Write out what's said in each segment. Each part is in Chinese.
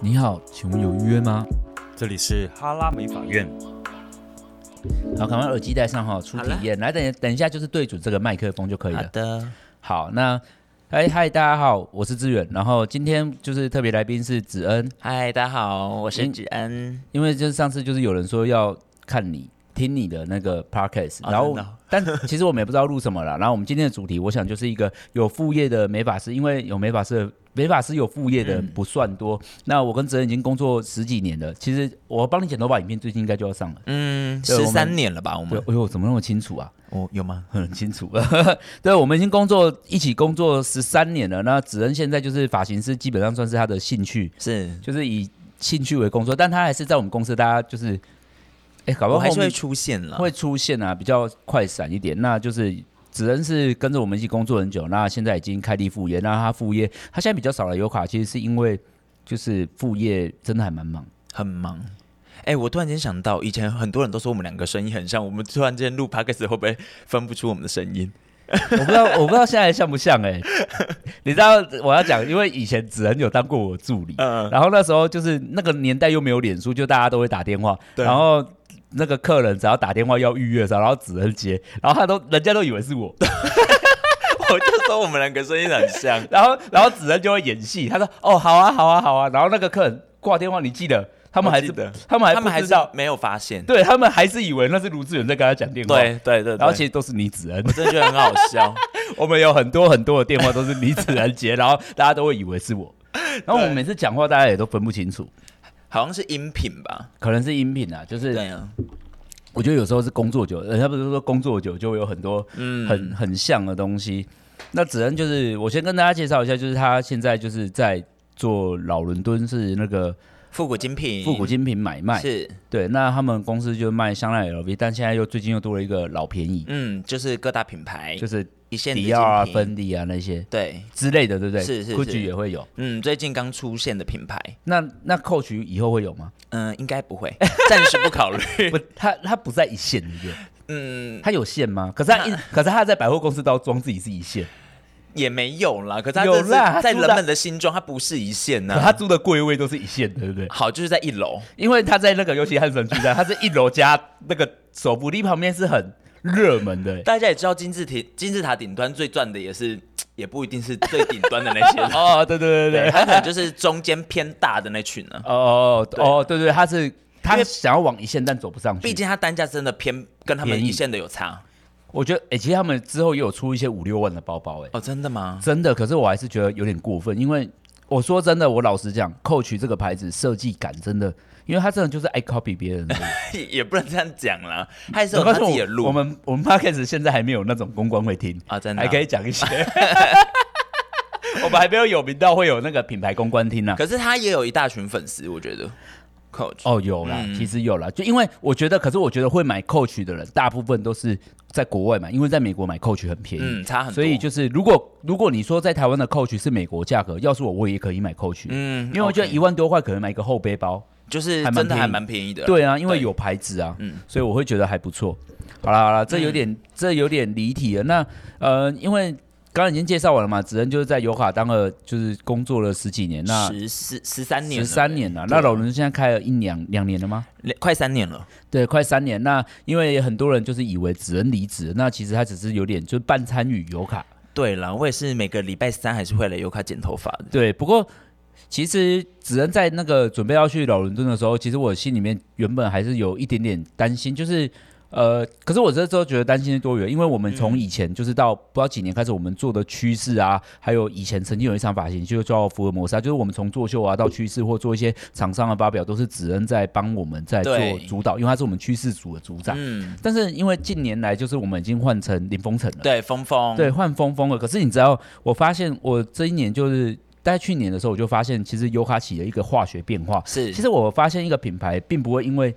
你好，请问有预约吗？这里是哈拉美法院，好，赶快耳机戴上哈，初体验。来，等等一下就是对准这个麦克风就可以啊了。的，好，那哎嗨，大家好，我是志远。然后今天就是特别来宾是子恩，嗨，大家好，我是嗯芷恩。因为就是上次就是有人说要看你听你的那个 podcast，、哦然后、真的哦 但其实我们也不知道录什么了。然后我们今天的主题，我想就是一个有副业的美发师，因为有美发师的。美发师有副业嗯的不算多，那我跟哲人已经工作十几年了。其实我帮你剪头发影片最近应该就要上了。嗯，对我十们三年了吧？我对，们哎呦，怎么那么清楚啊？哦，有吗？很 清楚，对，我们已经工作一起工作十三年了。那子恩现在就是发型师，基本上算是他的兴趣，是，就是以兴趣为工作，但他还是在我们公司，大家就是，哎，搞不我好哦还是后会面出现了。会出现啊，比较快闪一点。那就是子恩是跟着我们一起工作很久，那现在已经开立副业，那他副业他现在比较少来油卡，其实是因为就是副业真的还蛮忙。很忙。哎、我突然间想到，以前很多人都说我们两个声音很像，我 们突然间录 podcast 会不会分不出我们的声音？ 我不知道， 我不知道现在像不像哎、你知道我要讲，因为以前子恩有当过我助理，嗯然后那时候就是那个年代又没有脸书，就大家都会打电话，对然后那个客人只要打电话要预约的时候，然后子恩接，然后他都人家都以为是我，，我就说我们两个声音很像然后然后子恩就会演戏，他说哦好啊好啊好啊，然后那个客人挂电话，你记得他们还我是记得他们 还他们不还知是道，没有发现。对他们还是以为那是卢志远在跟他讲电话，，对对对，然后其实实都是你子恩我，真的觉得很好笑。我们有很多很多的电话都是你只能接，然后大家都会以为是我。然后我们每次讲话，大家也都分不清楚， 好像是音频吧？可能是音频啊，就是对啊，我觉得有时候是工作久，人家不是说工作久就会有很多嗯很很像的东西。那只能就是我先跟大家介绍一下，就是他现在就是在做老伦敦是那个复古精品，复古精品买卖，是，对，那他们公司就卖香奈儿 LV，但现在又最近又多了一个老便宜，嗯，就是各大品牌，就是一线的迪奥啊、嗯精品芬迪啊那些对，之类的，对不对？是是是 GUCCI 也会有。嗯，最近刚出现的品牌，那那 Coach 以后会有吗？嗯、应该不会，暂时不考 虑。不，他他不在一线里面，嗯，他有线吗？可是他一，可是他在百货公司都要装自己是一线，也没有啦，可是他有这是啦他在住人在们的心中，他不是一线呐、可他租的柜位都是一线，对不对？好，就是在一楼，因为他在那个，尤其汉神巨蛋，他是一楼加那个首府力旁边是很热门的、欸大家也知道金字塔金字塔顶端最赚的也是，也不一定是最顶端的那些人， 哦，对对 对对，对，他可能就是中间偏大的那群呢、啊。哦哦对哦，对对，他是因他为想要往一线，但走不上去。毕，竟他单价真的偏跟他们便宜一线的有差我觉得，哎、其实他们之后也有出一些五六万的包包、欸，哎、哦，真的吗？ 真的。可是我还是觉得有点过分，因为我说真的，我老实讲，Coach 这个牌子设计感真的，因为他真的就是爱 copy 别人的。 也也不能这样讲啦，他还是我有告他诉自我己的，路。我们我们 podcast 现在还没有那种公关会听啊真的啊还可以讲一些。 我们还没有有名到会有那个品牌公关听啊呢、可是他也有一大群粉丝，我觉得 coach 哦，有啦，其实有啦，就因为我觉得，可是我觉得会买 Coach 的人，大部分都是在国外买，因为在美国买 Coach 很便宜，嗯差很多，所以就是如果如果你说在台湾的 Coach 是美国价格，要是我我也可以买 Coach，、嗯，因为我觉得 OK，一万多块可能买一个后背包，就是还蛮真的还便宜蛮便宜的啦，对啊，因为有牌子啊，嗯所以我会觉得还不错。好啦好啦，这有点、这有点离题了。那呃，因为刚刚已经介绍完了嘛，子恩就是在油卡当了就是工作了十几年，那十十十三年十了，三年了。对那老伦现在开了一两两年了吗？两快三年了，对，快三年。那因为很多人就是以为子恩离职，那其实他只是有点就是半参与油卡。对了，我也是每个礼拜三还是会来油卡剪头发的。对，不过其实子恩在那个准备要去老伦敦的时候，其实我心里面原本还是有一点点担心，就是呃，可是我这时候觉得担心是多余的，因为我们嗯从以前就是到不知道几年开始，我们做的趋势啊，还有以前曾经有一场发型秀叫福尔摩沙，就是我们从作秀啊到趋势或做一些厂商的发表，都是子恩在帮我们在做对主导，因为他是我们趋势组的组长。嗯，但是因为近年来就是我们已经换成林峰城了，对，峰峰，对，，换风风了。可是你知道，我发现我这一年就是在去年的时候，我就发现其实尤卡起了一个化学变化。是，其实我发现一个品牌并不会因为，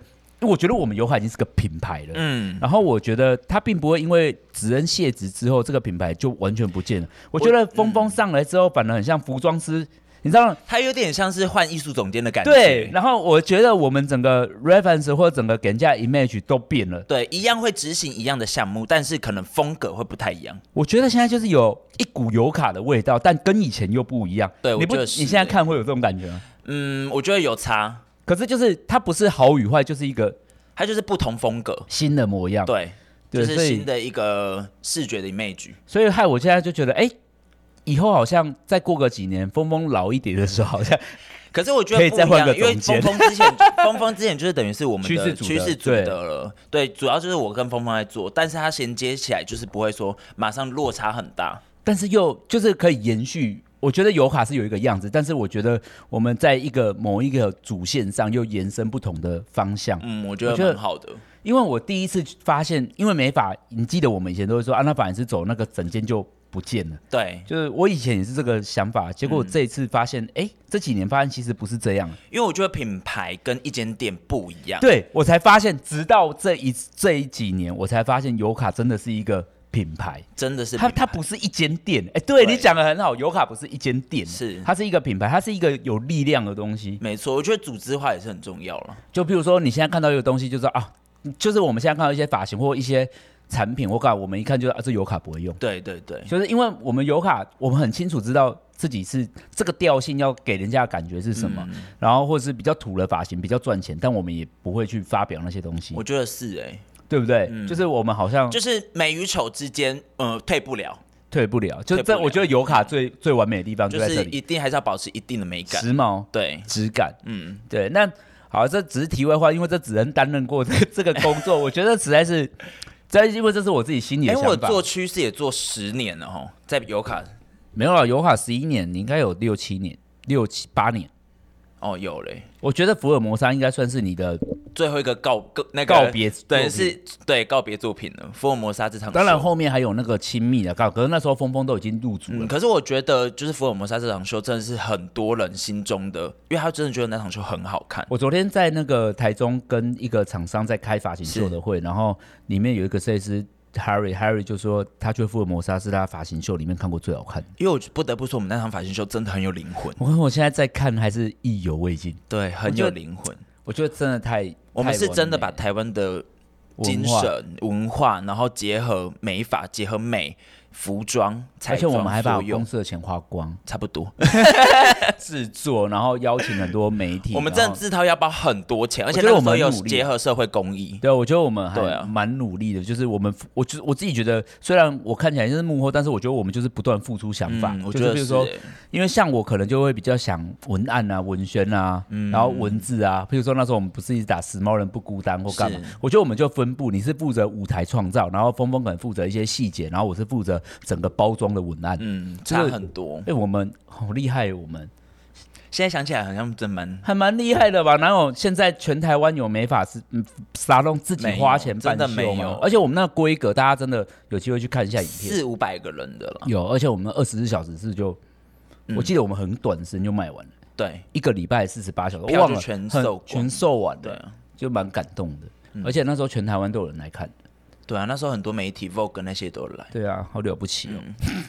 因为我觉得我们尤卡已经是个品牌了。嗯，然后我觉得它并不会因为子恩卸职之后，这个品牌就完全不见了。我觉得峰峰上来之后，反而很像服装师，你知道？他有点像是换艺术总监的感觉，对。然后我觉得我们整个 reference 或者整个给人家的 image 都变了。对，一样会执行一样的项目，但是可能风格会不太一样。我觉得现在就是有一股油卡的味道，但跟以前又不一样。对你我不觉得你是现在欸看会有这种感觉吗？嗯，我觉得有差，可是就是它不是好与坏，就是一个它就是不同风格，新的模样。对，对就是所以新的一个视觉的 image。所以害我现在就觉得，哎、以后好像再过个几年，峰峰老一点的时候，好像 可是我觉可得以不再一换样，个因为总峰监峰之 前，峰峰之前就是等于是我们趋势的组的趋势组对的了，对，主要就是我跟峰峰在做，但是他衔接起来就是不会说马上落差很大，但是又就是可以延续。我觉得油卡是有一个样子，但是我觉得我们在一个某一个主线上又延伸不同的方向。嗯，我觉得我觉得蛮好的，因为我第一次发现，因为美发，你记得我们以前都会说，啊，那法你是走那个整间就不见了。对，就是我以前也是这个想法，结嗯果我这一次发现，哎、这几年发现其实不是这样。因为我觉得品牌跟一间店不一样，对我才发现，直到这一这一几年，我才发现油卡真的是一个品牌，真的是它品它牌不是一间店。哎、对对你讲的很好，油卡不是一间店，是它是一个品牌，它是一个有力量的东西。没错，我觉得组织化也是很重要了，就譬如说，你现在看到一个东西，就知道啊，就是我们现在看到一些发型或一些产品，我靠，我们一看就知道啊，这油卡不会用，对对对，就是因为我们油卡，我们很清楚知道自己是这个调性要给人家的感觉是什么，嗯然后或是比较土的发型比较赚钱，但我们也不会去发表那些东西我，觉得是哎、对不对？就是我们好像就是美与丑之间，呃，退不了，退不了，就退不这了嗯我觉得油卡最最完美的地方就嗯就在这是里，一定还是要保持一定的美感，时髦、对，质感，嗯，对，那好，这只是题外话，因为这只能担任过这 个这个工作，我觉得实在是，在因为这是我自己心里的哎、想我法。做趋势也做十年了哈，在油卡没有了，油卡十一年，你应该有六七年、六七八年。哦有嘞，我觉得福尔摩沙应该算是你的，最后一个告告那个告别作对品是对告别作品了，《福尔摩沙》这场秀当然后面还有那个亲密的告，可是那时候峰峰都已经入主了。嗯，可是我觉得就是《福尔摩沙》这场秀真的是很多人心中的，因为他真的觉得那场秀很好看，我昨天在那个台中跟一个厂商在开发型秀的会，然后里面有一个设计师 Harry Harry 就说，他觉得福尔摩沙是他发型秀里面看过最好看的。因为我不得不说我们那场发型秀真的很有灵魂，我看我现在在看还是意犹未尽，对，很觉有得灵魂。我觉得真的太，我们太是真的完把美台湾的文精化神文化，然后结合美发，结合美服装，彩而且妆我们还把所有公司的钱花 光，差不多，制作，然后邀请很多媒体。 我们然真后的自掏腰包很多钱，而且哦我觉得那个时我候们有很努力结合社会公益，对，我觉得我们对啊还蛮努力的，就是我们，我就我自己觉得，虽然我看起来就是幕后，但是我觉得我们就是不断付出想法。嗯，我就觉是得比如是说，欸因为像我可能就会比较想文案啊、文宣啊，嗯然后文字啊。譬如说那时候我们不是一直打“死猫人不孤单”或干嘛是？我觉得我们就分布，你是负责舞台创造，然后峰峰可能负责一些细节，然后我是负责整个包装的文案。哎、嗯，这差个很多。我们好厉害，我们现在想起来好像真蛮还蛮厉害的吧？哪有现在全台湾有美发师嗯沙龙自己花钱办秀吗没有真的没有而且我们那个规格，大家真的有机会去看一下影片。四五百个人的了，有，而且我们二十四小时是就，嗯我记得我们很短时间就卖完了，对一个礼拜四十八小时，我票就忘了全很售光全售完了，对嗯啊，就蛮感动的。而且那时候全台湾都有人来看，对啊，那时候很多媒体 Vogue 那些都来，对啊，好了不起哦。嗯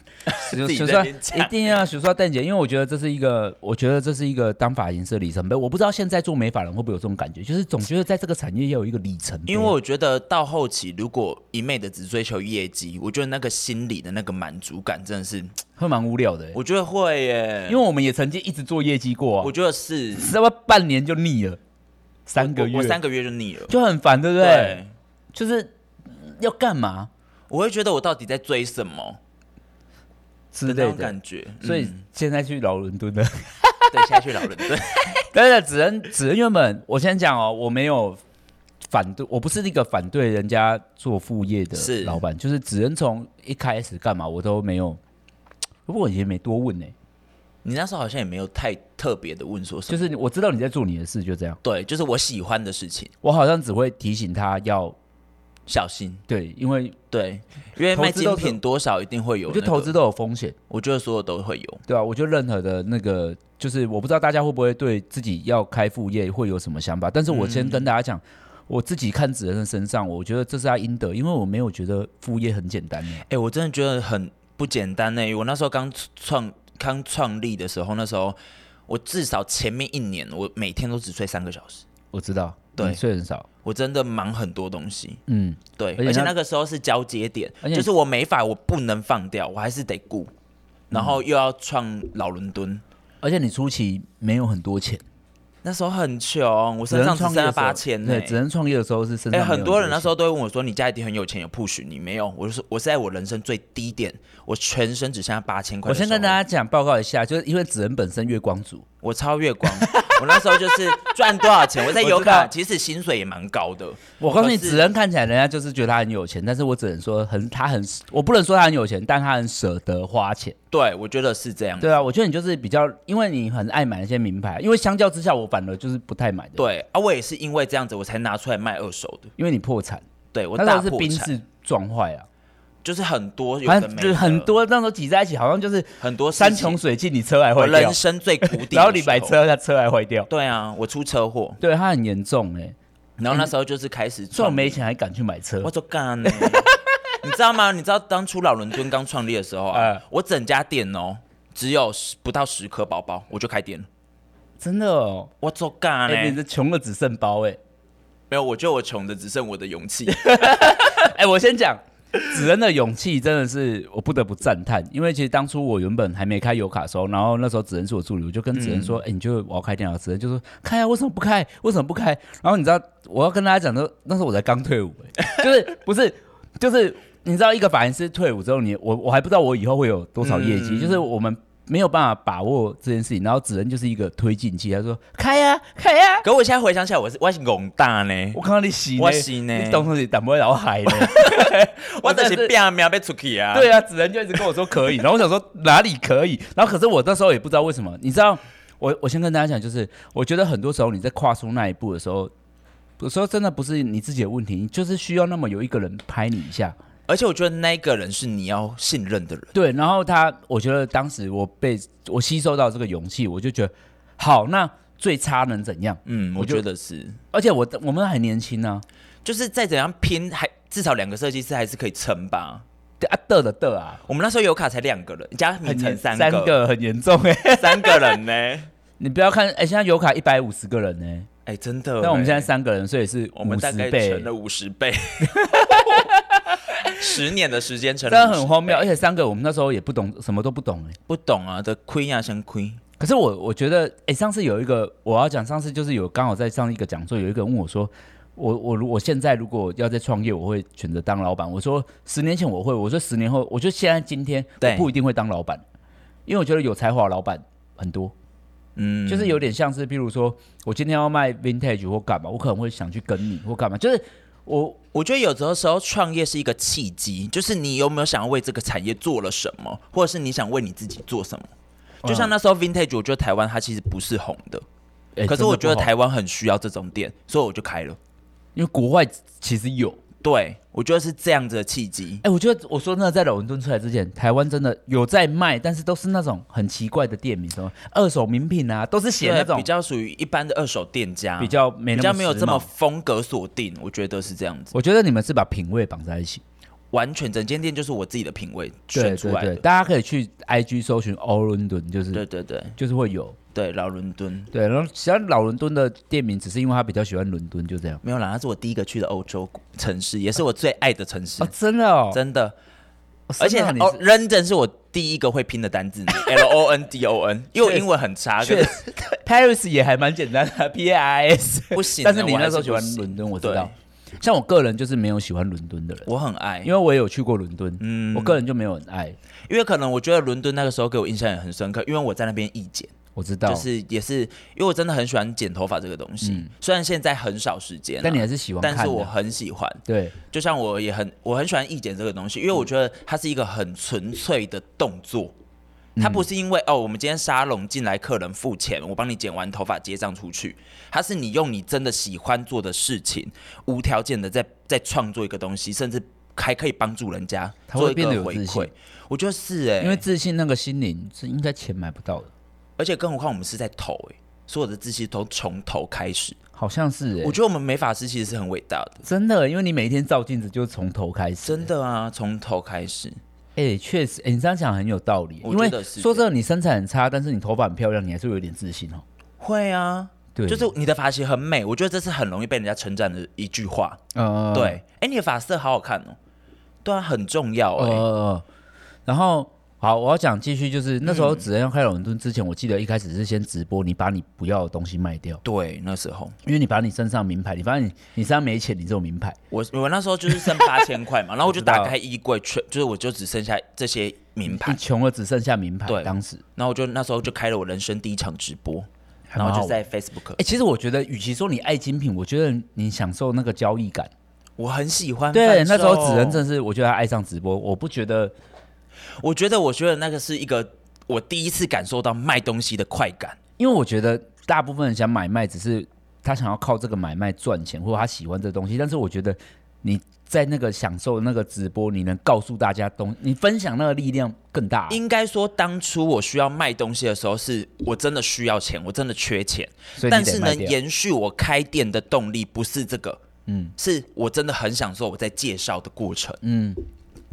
自己 就在说那边一讲定要许说蛋姐，因为我觉得这是一个，我觉得这是一个当发型师的里程碑。我不知道现在做美发人会不会有这种感觉，就是总觉得在这个产业要有一个里程碑。因为我觉得到后期如果一昧的只追求业绩，我觉得那个心理的那个满足感真的是，会蛮无聊的欸、我觉得会耶，因为我们也曾经一直做业绩过啊我，觉得是知道吗？半年就腻了，三个我月，我三个月就腻了，就很烦，对不对？对，就是嗯要干嘛我会觉得我到底在追什么之那类种的。感觉，所以嗯现在去老伦敦的，对，现在去老人对， 但是只能只能原本我先讲哦，我没有反对，我不是那个反对人家做副业的是老板，就是只能从一开始干嘛我都没有，不过我也没多问呢、你那时候好像也没有太特别的问说什就么，是我知道你在做你的事，就这样。对，就是我喜欢的事情，我好像只会提醒他要小心。对，因为对，因为卖投资精都是品多少一定会有、我那觉个，得投资都有风险，我觉得所有都会有。对啊，我觉得任何的那个，就是我不知道大家会不会对自己要开副业会有什么想法，但是我先跟大家讲，我自己看子恩的身上，我觉得这是他应得，因为我没有觉得副业很简单耶哎、我真的觉得很不简单呢、我那时候刚创刚创立的时候，那时候我至少前面一年，我每天都只睡三个小时，我知道，对你睡很少，我真的忙很多东西。嗯，对，而且而且那那个时候是交接点，而且就是嗯我没法，我不能放掉，我还是得顾，然后又要创老伦敦，而且你初期没有很多钱，那时候很穷，我只身能上只创剩业的时下候八千呢、对，只能创业的时候是身上没哎、有很多人那时候候都会问我说：“你家一定很有钱，有 push 你没有？”我就说：“我是在我人生最低点，我全身只剩下八千块。”我先跟大，家讲报告一下，就是因为子恩本身月光族，我超月光， 我那时候就是赚多少 钱，我在我油知道卡其实薪水也蛮高的。我告诉你，可是子恩看起来人家就是觉得他很有钱，但是我只能说很他很，我不能说他很有钱，但他很舍得花钱。对，我觉得是这样。对啊，我觉得你就是比较，因为你很爱买那些名牌，因为相较之下，我反而就是不太买的，，对啊，我也是因为这样子，我才拿出来卖二手的。因为你破产，对我那时大候是破宾产，士撞坏啊，就是很多有反的正没就是的很多那时候挤在一起，好像就是很多事山情穷，水尽，你车还我坏掉人，生最谷哦 底。然后你买，车，他车还坏掉，对啊，我出车祸，对他很严重哎、然后那时候就是开始这种创没钱还敢去买车我，就干呢。 你知道吗？你知道当初老伦敦刚创立的时候啊，呃我整家店哦，只有十不到十颗包包，我就开店了。真的哦，我做干哎、呢？你这穷的只剩包哎、没有，我觉得我穷的只剩我的勇气。 哎、我先讲。子恩的勇气真的是我不得不赞叹，因为其实当初我原本还没开油卡的时候，然后那时候子恩是我助理，我就跟子恩说：“哎、你就我要开电脑。”子恩就说：“开啊，为什么不开？为什么不开？”然后你知道我要跟大家讲说，那时候我才刚退伍、哎就是不是就是你知道一个发型师退伍之后，你我我还不知道我以后会有多少业绩，就是我们没有办法把握这件事情，然后子恩就是一个推进器，他说：“开呀、啊，开呀、啊。”可我现在回想起来，我是我是勇大呢，我看到你洗呢，我洗呢你当初你胆不会老海 呢？我只真的是变命被出去啊。对啊，子仁就一直跟我说可以，然后我想说哪里可以，然后可是我那时候也不知道为什么，你知道，我我先跟大家讲，就是我觉得很多时候你在跨出那一步的时候，有时候真的不是你自己的问题，你就是需要那么有一个人拍你一下，而且我觉得那个人是你要信任的人。对，然后他，我觉得当时我被我吸收到这个勇气，我就觉得好，那最差能怎样？嗯，我我就觉得是，而且我我们还年轻啊呢、就是再怎样拼，还至少两个设计师还是可以撑吧。对啊，的的的啊，我们那时候有卡才两个人，加明很成严三三个，个很严重哎、 三个人呢。 你不要看哎、现在油卡一百五十个人呢、哎，真的欸。但我们现在三个人，所以是我们50大概倍乘了五十 倍，十年的时间乘真了50的倍，很荒谬。而且三个我们那时候也不懂，什么都不懂哎、哎不懂啊，的亏啊，先亏。可是我我觉得，哎、上次有一个我要讲，上次就是有刚好在上一个讲座，有一个人问我说，我我如我现在如果要再创业，我会选择当老板。我说十年前我会，我说十年后，我觉得现在今天对我不一定会当老板，因为我觉得有才华的老板很多，嗯，就是有点像是，譬如说我今天要卖 vintage 或干嘛，我可能会想去跟你或干嘛，就是我我觉得有的时候创业是一个契机，就是你有没有想要为这个产业做了什么，或者是你想为你自己做什么。嗯就像那时候 vintage，我觉得台湾它其实不是红的，哎可是我觉真的不好嗯得台湾很需要这种店，所以我就开了。因为国外其实有。对，我觉得是这样子的契机哎、。我觉得我说真的，在老文敦出来之前，台湾真的有在卖，但是都是那种很奇怪的店名，什么二手名品啊，都是写那对种比较属于一般的二手店家，比较没那么比较没有时这么髦。风格锁定，我觉得是这样子。我觉得你们是把品味绑在一起，完全整间店就是我自己的品味对选出对来的。对，大家可以去 IG 搜寻 All 伦敦，就是对对对就是会有对老伦敦对。然后其他老伦敦的店名，只是因为他比较喜欢伦敦，就这样。没有啦，那是我第一个去的欧洲城市，也是我最爱的城市，哦，真的哦，真的。哦真的而且哦你哦是，London 是我第一个会拼的 单字，L O N D O N，因为我英文很差，确可是实 Paris 也还蛮简单的，P I S。不行啊。但是你我还那时候喜不欢行伦敦，我知对道。像我个人就是没有喜欢伦敦的人。我很爱，因因为为我也有去过伦敦，嗯我个人就没有很爱，因为可能我觉得伦敦那个时候给我印象也很深刻，因为我在那边义剪，我知道。就是也是因为我真的很喜欢剪头发这个东西，虽然现在很少时间啊，嗯但你还是喜欢看的，但是我很喜欢，对，就像我也很我很喜欢意剪这个东西，嗯因为我觉得它是一个很纯粹的动作，嗯它不是因为哦，我们今天沙龙进来客人付钱，我帮你剪完头发结账出去，它是你用你真的喜欢做的事情，无条件的在在创作一个东西，甚至还可以帮助人家它会做一变得有个回自信馈。我觉得是哎、因为自信那个心灵是应该钱买不到的，而且更何况我们是在投哎、所有的自信都从头开始。好像是、欸，我觉得我们美发师其实是很伟大的，真的，因为你每一天照镜子就是从头开始，真的啊，从头开始。哎、确实，哎、你这样讲很有道理，我因为觉得是说真的，你身材很差，但是你头发很漂亮，你还是会有点自信哦。会啊，对，就是你的发型很美，我觉得这是很容易被人家称赞的一句话。呃，嗯欸对，哎、你的发色好好看哦。对啊，很重要哎、呃呃，然后好，我要讲继续，就是那时嗯候子恩要开老伦敦之前，我记得一开始是先直播，你把你不要的东西卖掉，对，那时候因为你把你身上名牌，你发现你你身上没钱，你这种名牌，我我那时候就是剩八 千块嘛，然后我就我知道打开衣柜，全就是我就只剩下这些名你牌，穷了只剩下名牌。对当时，然后我就那时候就开了我人生第一场直播，还然蛮后好玩就在 Facebook，、哦哎、其实我觉得，与其说你爱精品，我觉得你享受那个交易感。我很喜欢对，贩售。那时候子恩真的是，我觉得他爱上直播，我不觉得我觉得我觉得那个是一个我第一次感受到卖东西的快感。因为我觉得大部分人想买卖，只是他想要靠这个买卖赚钱，或者他喜欢这东西。但是我觉得你在那个享受那个直播，你能告诉大家东，你分享那个力量更大。应该说，当初我需要卖东西的时候，是我真的需要钱，我真的缺钱。所以你但得是卖能掉延续我开店的动力不是这个，嗯是我真的很享受我在介绍的过程，嗯，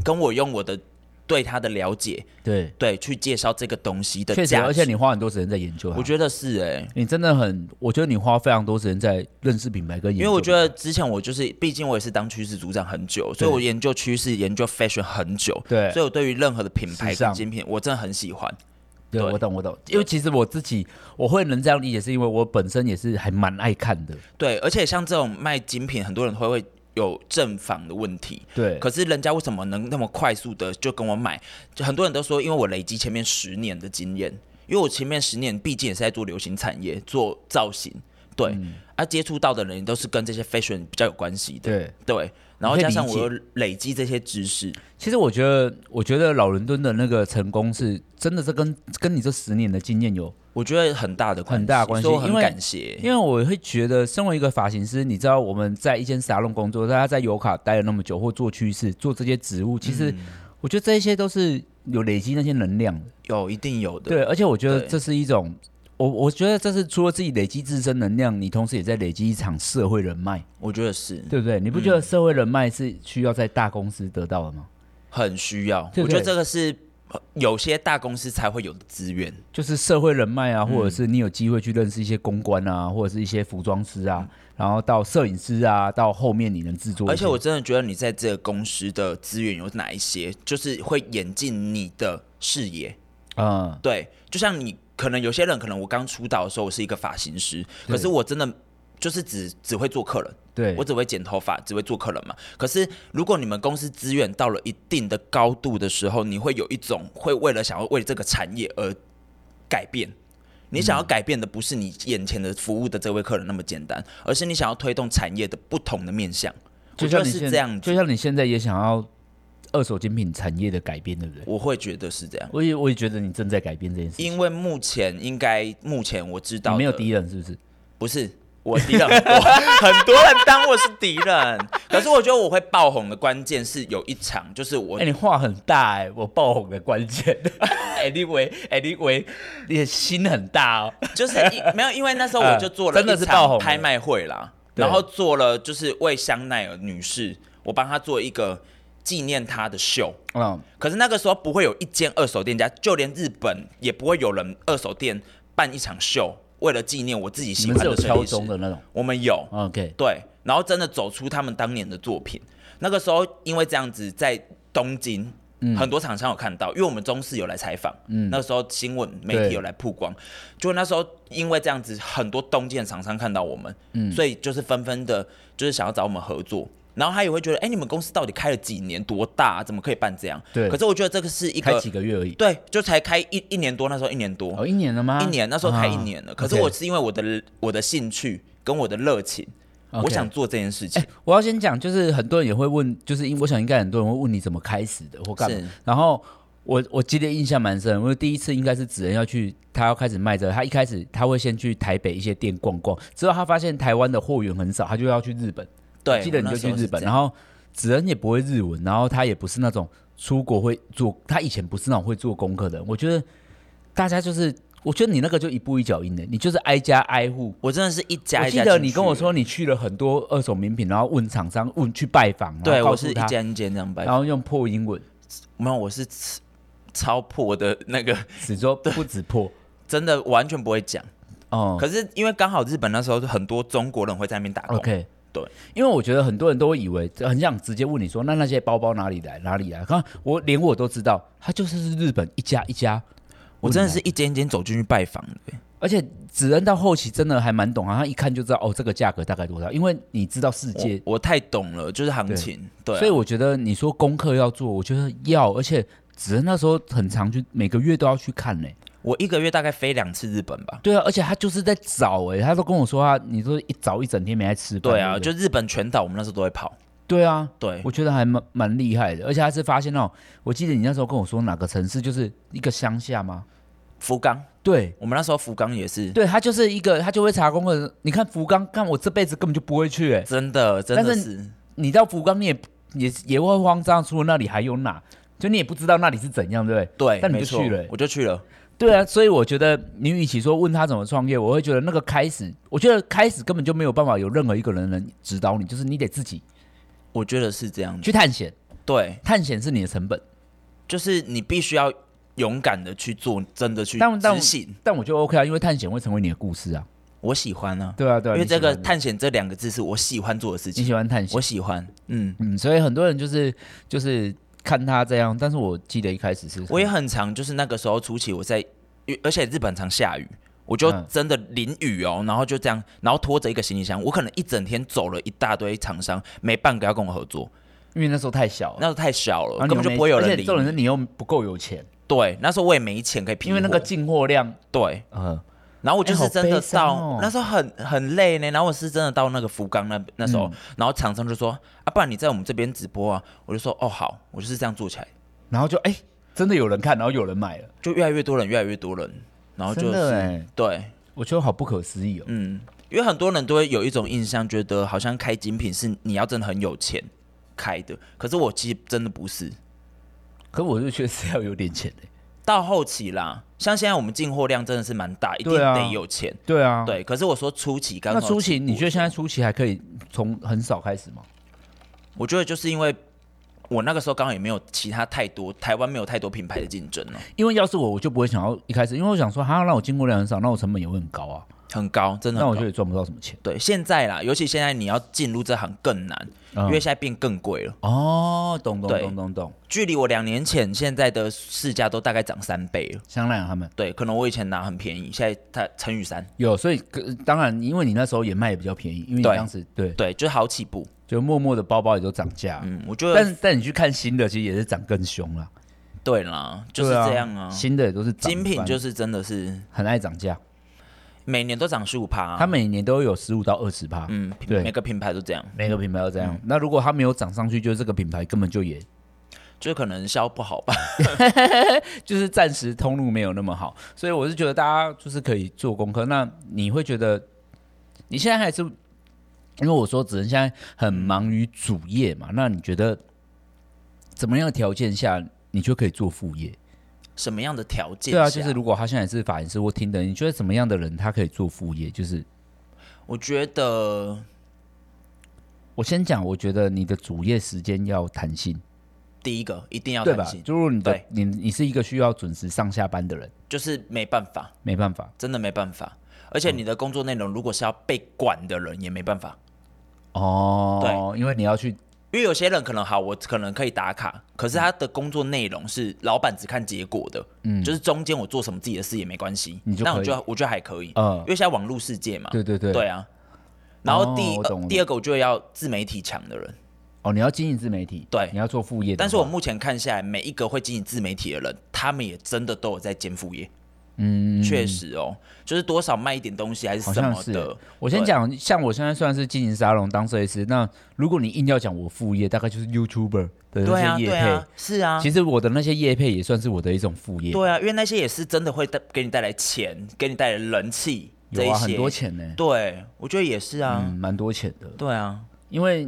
跟我用我的对它的了解，对，对去介绍这个东西的确实，价值。而且你花啊很多时间在研究它。我觉得是哎、你真的很，我觉得你花非常多时间在认识品牌跟研因究。为我觉得之前我就是，毕竟我也是当趋势组长很久，所以我研究趋势、研究 fashion 很久，对所以我对于任何的品牌时尚跟精品，我真的很喜欢。对，对我懂，我懂。因为其实我自己我会能这样理解，是因为我本身也是还蛮爱看的。对，而且像这种卖精品，很多人会会有正仿的问题。对，可是人家为什么能那么快速的就跟我买？就很多人都说，因为我累积前面十年的经验，因为我前面十年毕竟也是在做流行产业、做造型，对，嗯啊，接触到的人都是跟这些 fashion 比较有关系的，对。对。然后你可以加上理我解又累积这些知识，其实我觉得，我觉得老伦敦的那个成功是真的是跟跟你这十年的经验有，我觉得很大的关系，很大的关系所以我很因为感谢。因为我会觉得，身为一个发型师，你知道我们在一间沙龙工作，大家在油卡待了那么久，或做趋势，做这些植物，其实我觉得这些都是有累积那些能量的。有一定有的，对，而且我觉得对这是一种，我我觉得这是除了自己累积自身能量，你同时也在累积一场社会人脉，我觉得是对不对？你不觉嗯得社会人脉是需要在大公司得到的吗？很需要。对不我觉得对这个是呃有些大公司才会有的资源。就是社会人脉嗯啊，或者是你有机会去认识一些公关啊，或者是一些服装师啊，然后到摄影师啊，到后面你能制作一些。嗯而且我真的觉得你在这个公司的资源有哪一些，就是会演进你的视野。嗯，对，就像你可能有些人，可能我刚出道的时候，我是一个发型师，对可是我真的就是只只会做客人，对我，只会剪头发，只会做客人嘛。可是如果你们公司资源到了一定的高度的时候，你会有一种会为了想要为这个产业而改变。你想要改变的不是你眼前的服务的这位客人那么简单，而是你想要推动产业的不同的面向。就我觉像得你是现这样就子，像你现在也想要二手精品产业的改变，对不对？我会觉得是这样。我也我也觉得你正在改变这件事情。因为目前应该目前我知道你的没有敌人是不是？不是我敌人很多，很多人当我是敌人。可是我觉得我会爆红的关键是有一场，就是我哎、你话很大哎、我爆红的关 键。哎、你以为哎、你以为你的心很大哦。就是 一没有，因为那时候我就做了呃真的一是爆红了场拍卖会啦，对然后做了就是为香奈儿女士，我帮她做一个纪念她的秀。嗯，可是那个时候不会有一间二手店家，就连日本也不会有人二手店办一场秀，为了纪念我自己你喜们欢是有的设敲计师钟。的那种。我们有， OK，对，然后真的走出他们当年的作品。那个时候因为这样子，在东京。嗯很多厂商有看到，因为我们中视有来采访，那个时候新闻媒对体有来曝光，就那时候因为这样子，很多东京的厂商看到我们，嗯所以就是纷纷的，就是想要找我们合作，然后他也会觉得，哎、你们公司到底开了几年，多大、啊，怎么可以办这样？对可是我觉得这个是一开个几，个月而已。对，就才开一一年多，那时候一年多，哦，一年了吗？一年，那时候开一啊年了。可是 OK 我是因为我的我的兴趣跟我的热情 OK 哎我想做这件事情。我要先讲，就是很多人也会问，就是因我想应该很多人会问你怎么开始的或干嘛是。然后我我记得印象蛮深，因为第一次应该是子恩要去，他要开始卖这个，他一开始他会先去台北一些店逛逛，之后他发现台湾的货源很少，他就要去日本。对，记得你就去日本，然后后子恩也不会日文，然后他也不是那种出国会做，他以前不是那种会做功课的人。我觉得大家就是，我觉得你那个就一步一脚印的，你就是挨家挨户。我真的是一家我一记家。得你跟我，说你去了很多二手名品，然后问厂商，问去拜访，然对后我告诉是一他，间一间这样拜然，后用破英文，没有，我是超破的那个， 只说不止破真的完全不会讲。哦。可是因为刚好日本那时候很多中国人会在那边打工。 OK，对，因为我觉得很多人都会以为很想直接问你说，那那些包包哪里来？哪里来？看我连我都知道，它就是日本一家一家。我真的是一间一间走进去拜访的、而且子恩到后期真的还蛮懂啊，他一看就知道哦，这个价格大概多少，因为你知道世界，我我太懂了，就是行情，哦对啊、所以我觉得你说功课要做，我觉得要，而且子恩那时候很常去，每个月都要去看呢、我一个月大概飞两次日本吧。对啊，而且他就是在找哎、他都跟我说他，你说一早一整天没在吃饭，对啊，不就日本全岛，我们那时候都会跑。对啊，对，我觉得还蛮蛮厉害的，而且他是发现哦，我记得你那时候跟我说哪个城市就是一个乡下吗？福冈，对，我们那时候福冈也是，对他就是一个他就会查功课，你看福冈，看我这辈子根本就不会去哎、真的，真的但是，是你到福冈，你也也也会慌张，除了那里还有哪？就你也不知道那里是怎样，对不对？对，但你没就错去了欸我就去了。对啊，所以我觉得你与其说问他怎么创业，我会觉得那个开始，我觉得开始根本就没有办法有任何一个人能指导你，就是你得自己我觉得是这样子，去探险，对，探险是你的成本。就是你必须要勇敢的去做，真的去但但执行。但我觉得 OK 啊，因为探险会成为你的故事啊。我喜欢啊，对啊，对啊，因你为喜这个欢探险这两个字是我喜欢做的事你情，喜欢探险我，喜欢，嗯，嗯，所以很多人就是就是看他这样，但是我记得一开始是我也很常就是那个时候初期我在，因为而且日本常下雨。我就嗯真的淋雨哦，然后就这样，然后拖着一个行李箱，我可能一整天走了一大堆厂商，没半个要跟我合作，因为那时候太小了，那时候太小了，哦啊然后你根又本就没不会有人而理且重点是你。你又不够有钱，对，那时候我也没钱可以批因货，为那个进货量对，嗯，然后我就哎好是真的悲伤到、哦那时候很很累呢，然后我是真的到那个福冈那那嗯时候，然后厂商就说啊，不然你在我们这边直播啊，我就说哦好，我就是这样做起来，然后就哎、真的有人看，然后有人买了，就越来越多人，越来越多人，然后就真的哎、是对，我觉得好不可思议哦。嗯，因为很多人都会有一种印象，觉得好像开精品是你要真的很有钱开的，可是我其实真的不是，可我就确实要有点钱哎、到后期啦，像现在我们进货量真的是蛮大，一定对啊得有钱，对啊，。对，可是我说初期刚那好初期，起步你觉得现在初期还可以从很少开始吗？我觉得就是因为我那个时候刚好也没有其他太多，台湾没有太多品牌的竞争了，哦因为要是我，我就不会想要一开始，因为我想说，哈，那我进货量很少，那我成本也会很高啊，很高，真的那很我高。就也赚不到什么钱。对现在啦，尤其现在你要进入这行更难，嗯因为现在变更贵了。哦，懂懂对懂懂懂，距离我两年前现在的市价都大概涨三倍了。香奈儿他们对，可能我以前拿很便宜，现在它乘以三，有，所以可当然，因为你那时候也卖也比较便宜，因为你对当时对，对，就是好起步。就默默的包包也都涨价，嗯，我觉得但但你去看新的，其实也是涨更凶啦，对啦，就是对这样啊。新的也都是涨精品翻就是真的是很爱涨价，每年都涨十五趴，啊它每年都有十五到二十趴，嗯，对每个品牌都这样，每个品牌都这样。那如果它没有涨上去，就是这个品牌根本就也就是可能销不好吧。就是暂时通路没有那么好，所以我是觉得大家就是可以做功课。那你会觉得你现在还是因为我说只能现在很忙于主业嘛？那你觉得怎么样的条件下你就可以做副业？什么样的条件对啊，下就是如果他现在是法医师或听的，你觉得怎么样的人他可以做副业？就是我觉得我先讲，我觉得你的主业时间要弹性。第一个一定要对弹吧？性，就是你的对你你是一个需要准时上下班的人，就是没办法，没办法真的没办法。而且你的工作内容如果是要被管的人，也没办法，哦。对，因为你要去因为有些人可能好，我可能可以打卡，可是他的工作内容是老板只看结果的，嗯，就是中间我做什么自己的事也没关系，你就那可我以觉得我觉得还可以，嗯因为现在网络世界嘛，对对对啊。然后第、哦我呃懂我懂第二个，我就要自媒体强的人，哦，你要经营自媒体，对你要做副业的话。但是我目前看下来，每一个会经营自媒体的人，他们也真的都有在兼副业。嗯，确实哦，就是多少卖一点东西还是好什像么是的欸，。我先对讲，像我现在算是经营沙龙当设计师，那如果你硬要讲我副业，大概就是 YouTuber 的对那啊，些业对配。啊，是啊，其实我的那些业配也算是我的一种副业，对啊，因为那些也是真的会带给你带来钱，给你带来人气，这有一啊，些很多。钱呢，对，我觉得也是啊，嗯，蛮多钱的。对啊，因为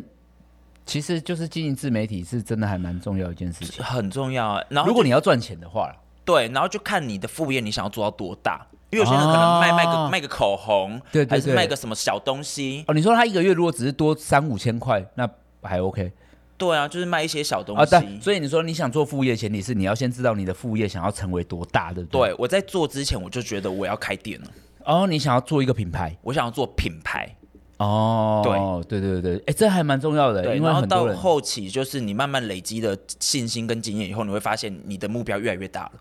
其实就是经营自媒体是真的还蛮重要的一件事情。很重要啊。然后如果就你要赚钱的话啦，对，然后就看你的副业你想要做到多大，因为有些人可能卖卖个啊卖个口红，对对还是对卖个什么小东西，哦，你说他一个月如果只是多三五千块，那还 OK 对啊，就是卖一些小东啊？但西。所以你说你想做副业，前提是你要先知道你的副业想要成为多大，对不对？对，我在做之前我就觉得我要开店了，哦，你想要做一个品牌，我想要做品牌，哦，对对对对，哎，这还蛮重要的，对，因为然后很到多人后期就是你慢慢累积的信心跟经验以后，你会发现你的目标越来越大了。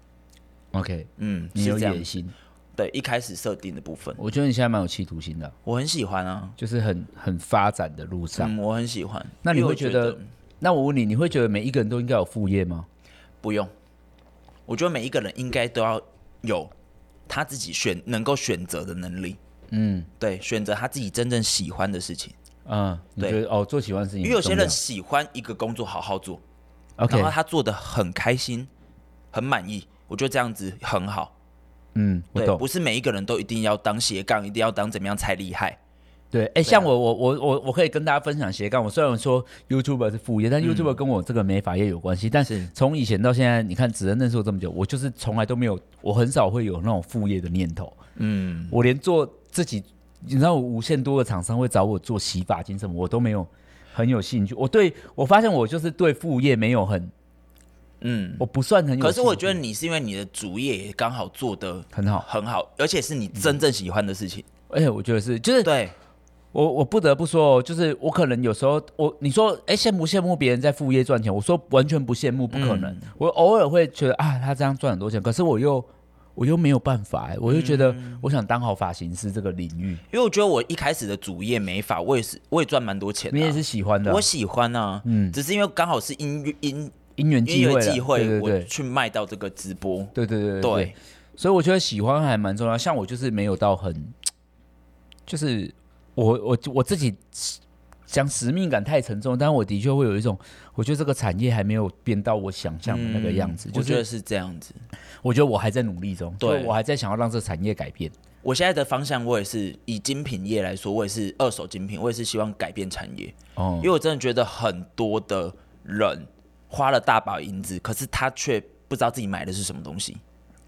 OK，嗯，你是有这样野。心，对，一开始设定的部分，我觉得你现在蛮有企图心的，我很喜欢啊。就是很很发展的路上。嗯，我很喜欢。啊那你因为会我觉觉得那我问你，你会觉得每一个人都应该有副业吗？不用？我觉得每一个人应该都要有他自己选能够选择的能力。嗯对，选择他自己真正喜欢的事情，嗯，你对觉得哦，做喜欢的事情因很为重要，有些人喜欢一个工作好好做，然 OK，后他做的很开心，很满意，我觉得这样子很好。嗯，我对，懂不。是每一个人都一定要当斜杠，一定要当怎么样才厉害。对，啊哎，像我我我我我可以跟大家分享斜杠。我虽然说 YouTube 是副业，嗯但 YouTube 跟我这个美发业有关系。但是从以前到现在，你看子恩认识我这么久，我就是从来都没有，我很少会有那种副业的念头。嗯，我连做自己，你知道，无限多的厂商会找我做洗发精什么，我都没有很有兴趣。我对我发现我就是对副业没有很，嗯，我不嗯算很有兴趣。可是我觉得你是因为你的主业也刚好做的很好，很好，而且是你真正喜欢的事情。而且我觉得是，就是对，我我不得不说，哦，就是我可能有时候我你说哎羡慕羡慕别人在副业赚钱，我说完全不羡慕，不可能。嗯我偶尔会觉得啊，他这样赚很多钱，可是我又我又没有办法哎，我又觉得嗯我想当好发型师这个领域，因为我觉得我一开始的主业美发，我也是我也赚蛮多钱的、你也是喜欢的啊我，喜欢啊，嗯只是因为刚好是因因因缘因际会缘啦，际会，对对我对。去卖到这个直播。对对对对对对，所以我觉得喜欢还蛮重要。像我就是没有到很，就是我我我自己讲使命感太沉重，但我的确会有一种，我觉得这个产业还没有变到我想象的那个样子，嗯就我觉得是是这样子。我觉得我还在努力中，对所以我还在想要让这个产业改变。我现在的方向，我也是以精品业来说，我也是二手精品，我也是希望改变产业，哦因为我真的觉得很多的人花了大把银子，可是他却不知道自己买的是什么东西。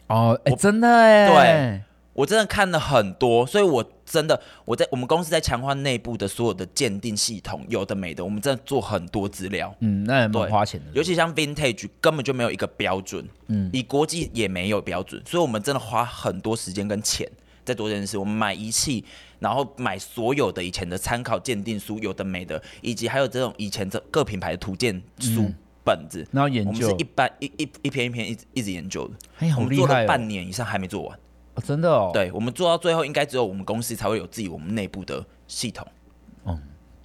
哦，哎、真的哎，我真的看了很多，所以我真的我在我们公司在强化内部的所有的鉴定系统，有的没的，我们真的做很多资料。嗯，那也蛮对花钱的。尤其像 vintage 根本就没有一个标准，嗯，以国际也没有标准，所以我们真的花很多时间跟钱在做这件事。我们买仪器，然后买所有的以前的参考鉴定书，有的没的，以及还有这种以前这各品牌的图鉴书、本子，然后嗯研我们是究一，般一一一篇一篇一直一直研究的，哎，好我们厉做害了哦半年以上还没做完。哦真的哦。，对，我们做到最后，应该只有我们公司才会有自己我们内部的系统。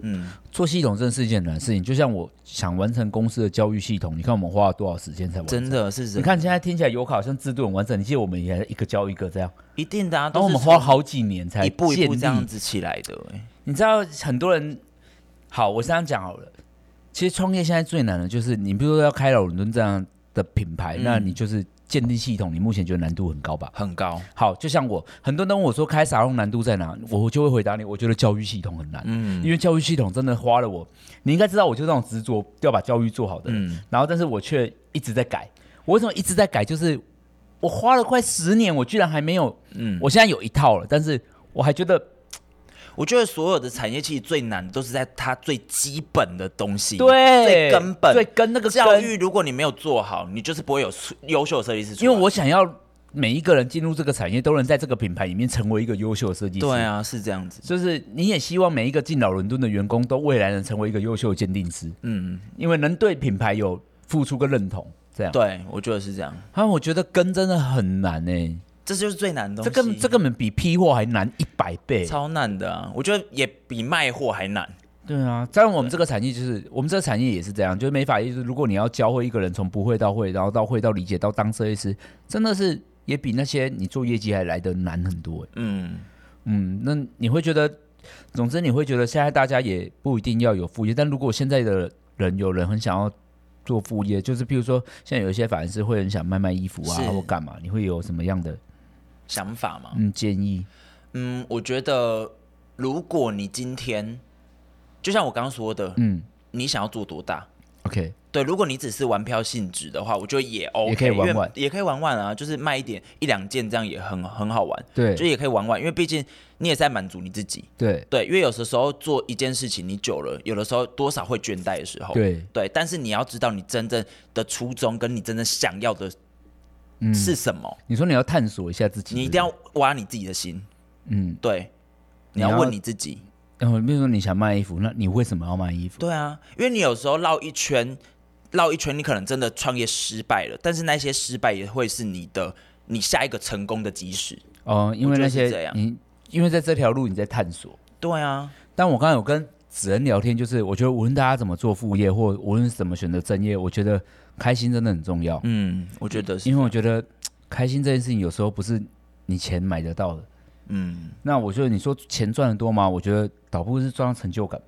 嗯做系统真的是一件难事情，就像我想完成公司的教育系统，你看我们花了多少时间才完成？真的是你看现在听起来有考好像制度很完整，你记得我们以前一个教一个这样，一定的啊，然都后是我们花了好几年才一步一建步立这样子起来的、欸。你知道很多人，好，我这样讲好了，其实创业现在最难的就是，你比如说要开老伦敦这样的品牌，嗯那你就是建立系统，你目前觉得难度很高吧？很高，好，就像我，很多人都问我说开沙龙难度在哪，我就会回答你，我觉得教育系统很难，嗯因为教育系统真的花了我，你应该知道，我就这种执着要把教育做好的人，嗯，然后但是我却一直在改。我为什么一直在改？就是我花了快十年，我居然还没有。嗯我现在有一套了，但是我还觉得我觉得所有的产业其实最难的都是在它最基本的东西，对最根本最跟那个教根育。如果你没有做好，你就是不会有出优秀的设计师出因来。为我想要每一个人进入这个产业，都能在这个品牌里面成为一个优秀的设计师。对，啊，是这样子，就是你也希望每一个进老伦敦的员工都未来能成为一个优秀的鉴定师，嗯，因为能对品牌有付出跟认同。这样，对，我觉得是这样，啊，我觉得跟真的很难哎、这就是最难的这东西，根这根本比批货还难一百倍。超难的啊，我觉得也比卖货还难。对啊，当然我们这个产业就是我们这个产业也是这样，就是美发业，就是如果你要教会一个人从不会到会，然后到会到理解到当设计师，真的是也比那些你做业绩还来得难很多欸。嗯，嗯，那你会觉得，总之你会觉得现在大家也不一定要有副业，但如果现在的人有人很想要做副业，就是譬如说现在有一些发型师会很想卖卖衣服啊是或干嘛，你会有什么样的想法嘛，嗯建议？嗯，我觉得如果你今天，就像我刚刚说的，嗯你想要做多大？ ，OK，对，如果你只是玩票性质的话，我觉得也 OK，也可以玩玩因为也可以玩玩啊，就是卖一点一两件，这样也很很好玩，对就也可以玩玩，因为毕竟你也在满足你自己。对对，因为有的时候做一件事情，你久了，有的时候多少会倦怠的时候。对，但是你要知道你真正的初衷跟你真正想要的嗯，是什么，你说你要探索一下自己，你一定要挖你自己的心。嗯对，你你要要问你自己，然后比如说你想卖衣服，那你为什么要卖衣服？对啊，因为你有时候绕一圈，绕一圈，你可能真的创业失败了，但是那些失败也会是你的你下一个成功的基石。哦，因为那我觉得是这些样你，因为在这条路你在探索。对啊，但我刚刚有跟子恩聊天，就是我觉得无论大家怎么做副业，或无论怎么选择正业，我觉得开心真的很重要。嗯，我觉得是因，为我觉得开心这件事情有时候不是你钱买得到的。嗯，那我觉得你说钱赚得多吗？我觉得倒不如是赚到成就感吧。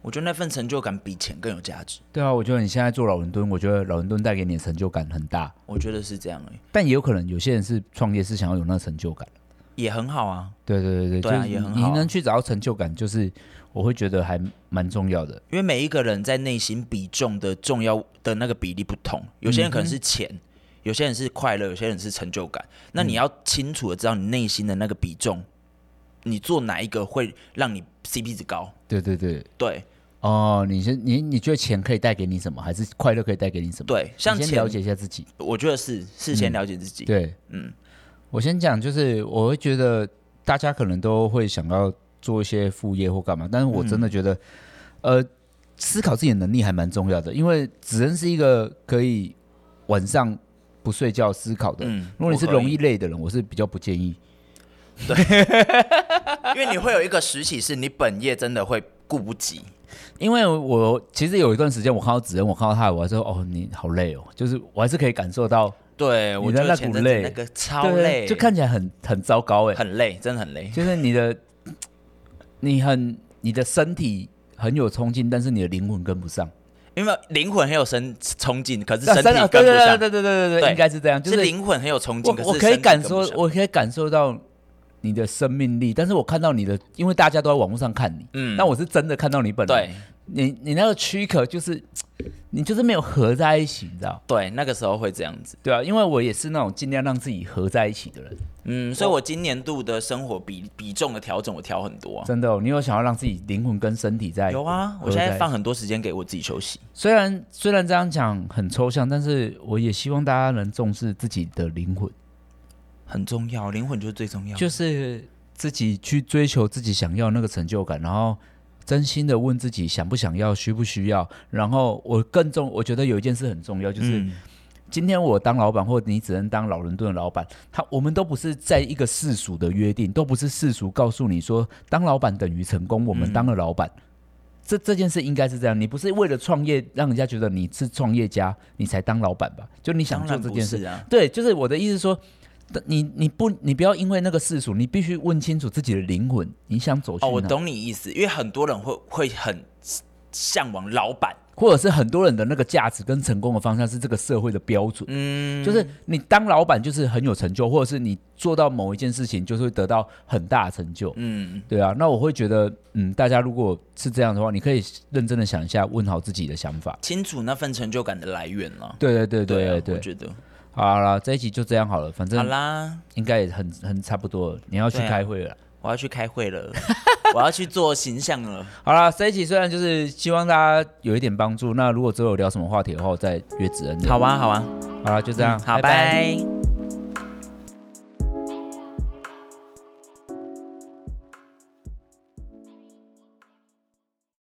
我觉得那份成就感比钱更有价值。对啊，我觉得你现在做老伦敦，我觉得老伦敦带给你的成就感很大，我觉得是这样、欸，但也有可能有些人是创业是想要有那个成就感。也很好啊。对对对对，对啊就是也很你好啊能去找到成就感，就是我会觉得还蛮重要的。因为每一个人在内心比重的重要的那个比例不同，有些人可能嗯是钱，有些人是快乐，有些人是成就感。那嗯你要清楚的知道你内心的那个比重，你做哪一个会让你 CP 值高？对对对，对哦，你是你你觉得钱可以带给你什么，还是快乐可以带给你什么？，对，像先钱了，解一下自己。我觉得是事先了解自己。对，嗯，我先讲，就是我会觉得大家可能都会想要做一些副业或干嘛，但是我嗯真的觉得，呃，思考自己的能力还蛮重要的，因为只能是一个可以晚上不睡觉思考的。嗯如果你是我可以容易累的人，我是比较不建议。因为你会有一个时期是你本业真的会顾不及。因为我其实有一段时间，我看到子恩，我看到他，我还说哦，你好累哦，就是我还是可以感受到，对，你我的觉那得股前阵子累那个超对累，就看起来很很糟糕哎，很累，真的很累。就是你的你很你的身体很有冲劲，但是你的灵魂跟不上，因为灵魂很有生冲劲，可是那身体啊跟对不对上对。对对对对对，对应该是这样，就是灵魂很有冲劲，我可是我可以身体感跟受不，上我可以感受到你的生命力，但是我看到你的，因为大家都在网络上看你，嗯但我是真的看到你本人，对你你那个躯壳就是你就是没有合在一起，你知道。对，那个时候会这样子。对啊，因为我也是那种尽量让自己合在一起的人，嗯，所以我今年度的生活比比重的调整，我调很多、啊。真的、哦。你有想要让自己灵魂跟身体在有啊，我合现在在一放很多时间给我自己休息。虽然虽然这样讲很抽象，但是我也希望大家能重视自己的灵魂，很重要，灵魂就是最重要。就是自己去追求自己想要那个成就感，然后真心的问自己想不想要，需不需要。然后我更重，我觉得有一件事很重要，就是、嗯今天我当老板，或你只能当老伦敦的老板，他我们都不是在一个世俗的约定，都不是世俗告诉你说当老板等于成功，我们当了老板。这这件事应该是这样，你不是为了创业让人家觉得你是创业家，你才当老板吧？就你想当做然这不件事，是啊，对，就是我的意思是说，你你不你不要因为那个世俗，你必须问清楚自己的灵魂，你想走去哦，哪？我，懂你意思，因为很多人会会很向往老板，或者是很多人的那个价值跟成功的方向是这个社会的标准。嗯，就是你当老板就是很有成就，或者是你做到某一件事情就是会得到很大的成就。嗯，对啊，那我会觉得，嗯，大家如果是这样的话，你可以认真的想一下，问好自己的想法。清楚那份成就感的来源了。对对对啊对对我对，觉得好啦，这一集就这样好了，反好正啦，应该也很很差不多了。你要去对啊开会了。我要去开 会了，我要去做形象了。好啦，这一集虽然就是希望大家有一点帮助，那如果之后有聊什么话题的话，我再约子恩。好，啊，好啊，好啦，就这样，好，拜拜